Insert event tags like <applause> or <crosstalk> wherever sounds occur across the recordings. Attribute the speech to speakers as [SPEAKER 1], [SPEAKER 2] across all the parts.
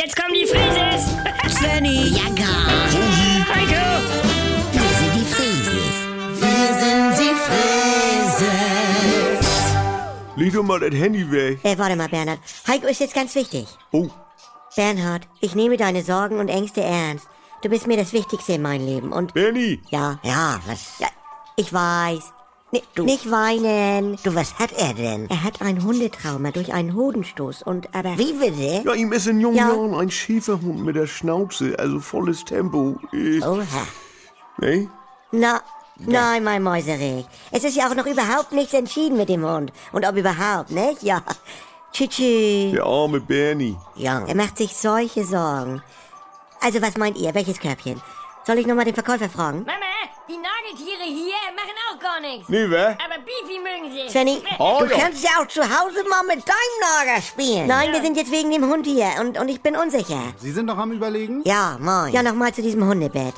[SPEAKER 1] Jetzt kommen die Frises! <laughs>
[SPEAKER 2] Svenny,
[SPEAKER 3] Ja, gar.
[SPEAKER 1] Heiko!
[SPEAKER 3] Wir sind die Frieses. Wir sind die Frieses.
[SPEAKER 4] Leg doch mal das Handy weg.
[SPEAKER 2] äh, warte mal, Bernhard. Heiko ist jetzt ganz wichtig.
[SPEAKER 4] Oh,
[SPEAKER 2] Bernhard, ich nehme deine Sorgen und Ängste ernst. Du bist mir das Wichtigste in meinem Leben und
[SPEAKER 4] Benny,
[SPEAKER 2] ja,
[SPEAKER 3] Ja, was?
[SPEAKER 2] ja, ich weiß. Ni-
[SPEAKER 3] Du-
[SPEAKER 2] Nicht weinen.
[SPEAKER 3] Du, was hat er denn?
[SPEAKER 2] Er hat ein Hundetrauma durch einen Hodenstoß und aber
[SPEAKER 3] Wie bitte?
[SPEAKER 4] ja, ihm ist in jungen
[SPEAKER 2] Ja.
[SPEAKER 4] Jahren ein Schäferhund mit der Schnauze, also volles Tempo. Äh,
[SPEAKER 2] Oh.
[SPEAKER 3] Oha.
[SPEAKER 4] ne?
[SPEAKER 2] na nein, mein Mäuserich. Es ist ja auch noch überhaupt nichts entschieden mit dem Hund und ob überhaupt, nicht? Ja. Tschüssi.
[SPEAKER 4] Der arme Benny.
[SPEAKER 3] Ja.
[SPEAKER 2] Er macht sich solche Sorgen. Also was meint ihr? Welches Körbchen? Soll ich nochmal den Verkäufer fragen?
[SPEAKER 1] Mama, die Nagetiere hier machen auch gar nichts.
[SPEAKER 4] Nee, Ne, wa?
[SPEAKER 1] Aber Beefy mögen sie.
[SPEAKER 2] Svenny,
[SPEAKER 4] Oh,
[SPEAKER 2] du
[SPEAKER 4] ja.
[SPEAKER 2] kannst ja auch zu Hause mal mit deinem Lager
[SPEAKER 3] spielen.
[SPEAKER 2] Nein, wir sind jetzt wegen dem Hund hier und, und ich bin unsicher.
[SPEAKER 5] Sie sind noch am Überlegen?
[SPEAKER 3] Ja, moin.
[SPEAKER 2] Ja, nochmal zu diesem Hundebett.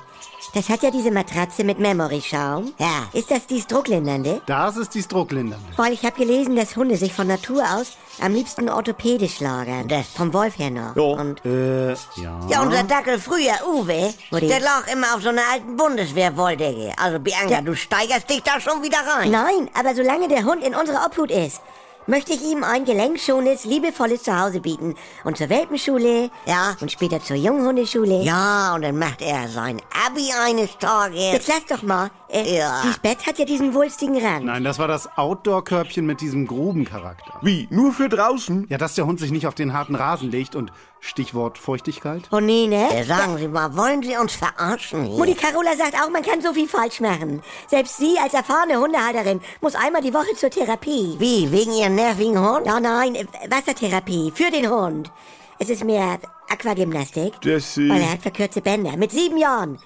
[SPEAKER 2] Das hat ja diese Matratze mit Memory-Schaum.
[SPEAKER 3] Ja.
[SPEAKER 2] Ist das dies Drucklindernde?
[SPEAKER 5] Das ist die Strucklindern.
[SPEAKER 2] Weil ich habe gelesen, dass Hunde sich von Natur aus am liebsten orthopädisch lagern.
[SPEAKER 3] Das-
[SPEAKER 2] Vom Wolf her noch.
[SPEAKER 4] Ja.
[SPEAKER 2] Und
[SPEAKER 5] Äh, ja.
[SPEAKER 3] Ja, unser Dackel früher, Uwe,
[SPEAKER 2] Mutti.
[SPEAKER 3] der lag immer auf so einer alten Bundeswehrwolldecke. Also, Bianca,
[SPEAKER 2] Ja.
[SPEAKER 3] du steigerst dich da schon wieder rein.
[SPEAKER 2] nein, aber solange der Hund in unserer Obhut ist, möchte ich ihm ein gelenkschonendes, liebevolles Zuhause bieten. Und zur Welpenschule.
[SPEAKER 3] Ja.
[SPEAKER 2] Und später zur Junghundeschule.
[SPEAKER 3] Ja, und dann macht er sein Abi eines
[SPEAKER 2] Jetzt
[SPEAKER 3] Tages.
[SPEAKER 2] lass doch mal. Äh,
[SPEAKER 3] Ja.
[SPEAKER 2] Dieses Bett hat ja diesen wulstigen Rand.
[SPEAKER 5] Nein, das war das Outdoor-Körbchen mit diesem Grubencharakter.
[SPEAKER 4] Wie, nur für draußen?
[SPEAKER 5] Ja, dass der Hund sich nicht auf den harten Rasen legt und Stichwort Feuchtigkeit.
[SPEAKER 2] Oh nee, ne?
[SPEAKER 3] Äh, Sagen Sie mal, wollen Sie uns verarschen hier?
[SPEAKER 2] Mutti Carola sagt auch, man kann so viel falsch machen. Selbst sie als erfahrene Hundehalterin muss einmal die Woche zur Therapie.
[SPEAKER 3] Wie, wegen Ihrem nervigen Hund?
[SPEAKER 2] Ja, nein, äh, Wassertherapie für den Hund. Es ist mehr Aquagymnastik,
[SPEAKER 4] Das,
[SPEAKER 2] weil
[SPEAKER 4] äh,
[SPEAKER 2] er hat verkürzte Bänder mit sieben Jahren.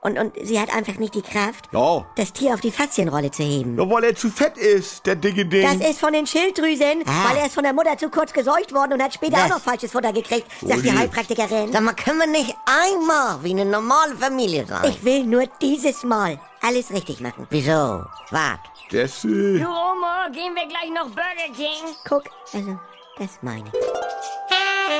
[SPEAKER 2] Und, und sie hat einfach nicht die Kraft,
[SPEAKER 4] ja.
[SPEAKER 2] das Tier auf die Faszienrolle zu heben.
[SPEAKER 4] Ja, weil er zu fett ist, der dicke Ding.
[SPEAKER 2] Das ist von den Schilddrüsen,
[SPEAKER 3] Ah.
[SPEAKER 2] weil er ist von der Mutter zu kurz gesäugt worden und hat später
[SPEAKER 3] Das-
[SPEAKER 2] auch noch falsches Futter gekriegt, sagt die
[SPEAKER 4] Ui.
[SPEAKER 2] Heilpraktikerin.
[SPEAKER 3] Sag mal, können wir nicht einmal wie eine normale Familie sein?
[SPEAKER 2] Ich will nur dieses Mal alles richtig machen.
[SPEAKER 3] Wieso? Wart.
[SPEAKER 4] Das, äh,
[SPEAKER 1] Du Oma, gehen wir gleich noch Burger King?
[SPEAKER 2] Guck, also, das meine ich.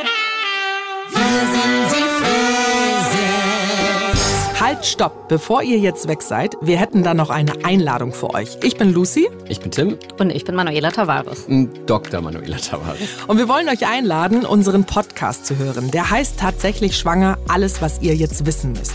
[SPEAKER 6] Halt, stopp! Bevor ihr jetzt weg seid, wir hätten da noch eine Einladung für euch. Ich bin Lucy
[SPEAKER 7] Ich bin Tim,
[SPEAKER 8] Und ich bin Manuela Tavares.
[SPEAKER 7] ein Dr. Manuela Tavares.
[SPEAKER 6] und wir wollen euch einladen, unseren Podcast zu hören. Der heißt tatsächlich Schwanger, alles, was ihr jetzt wissen müsst.